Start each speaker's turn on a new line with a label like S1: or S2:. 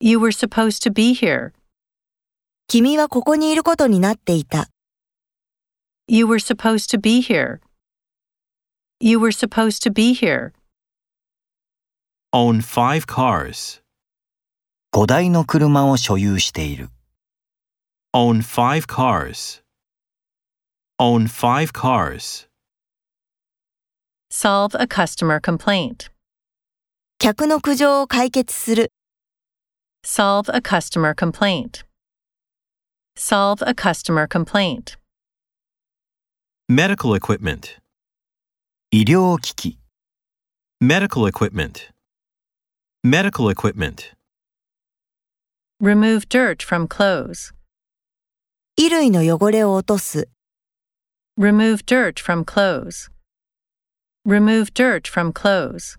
S1: You were supposed to be here.
S2: 君はここにいることになっていた。
S1: You were supposed to be here. You were supposed to be here.
S3: own five cars,
S4: 5台の車を所有している。
S3: own five cars, own five cars,
S1: Solve a customer complaint.
S2: 客の苦情を解決する。
S1: Solve a customer complaint. Solve a customer complaint.
S3: medical equipment,
S4: 医療機器、
S3: medical equipment, medical equipment,
S1: Remove dirt from clothes.
S2: 衣類の汚れを落とす。
S1: Remove dirt from clothes. Remove dirt from clothes.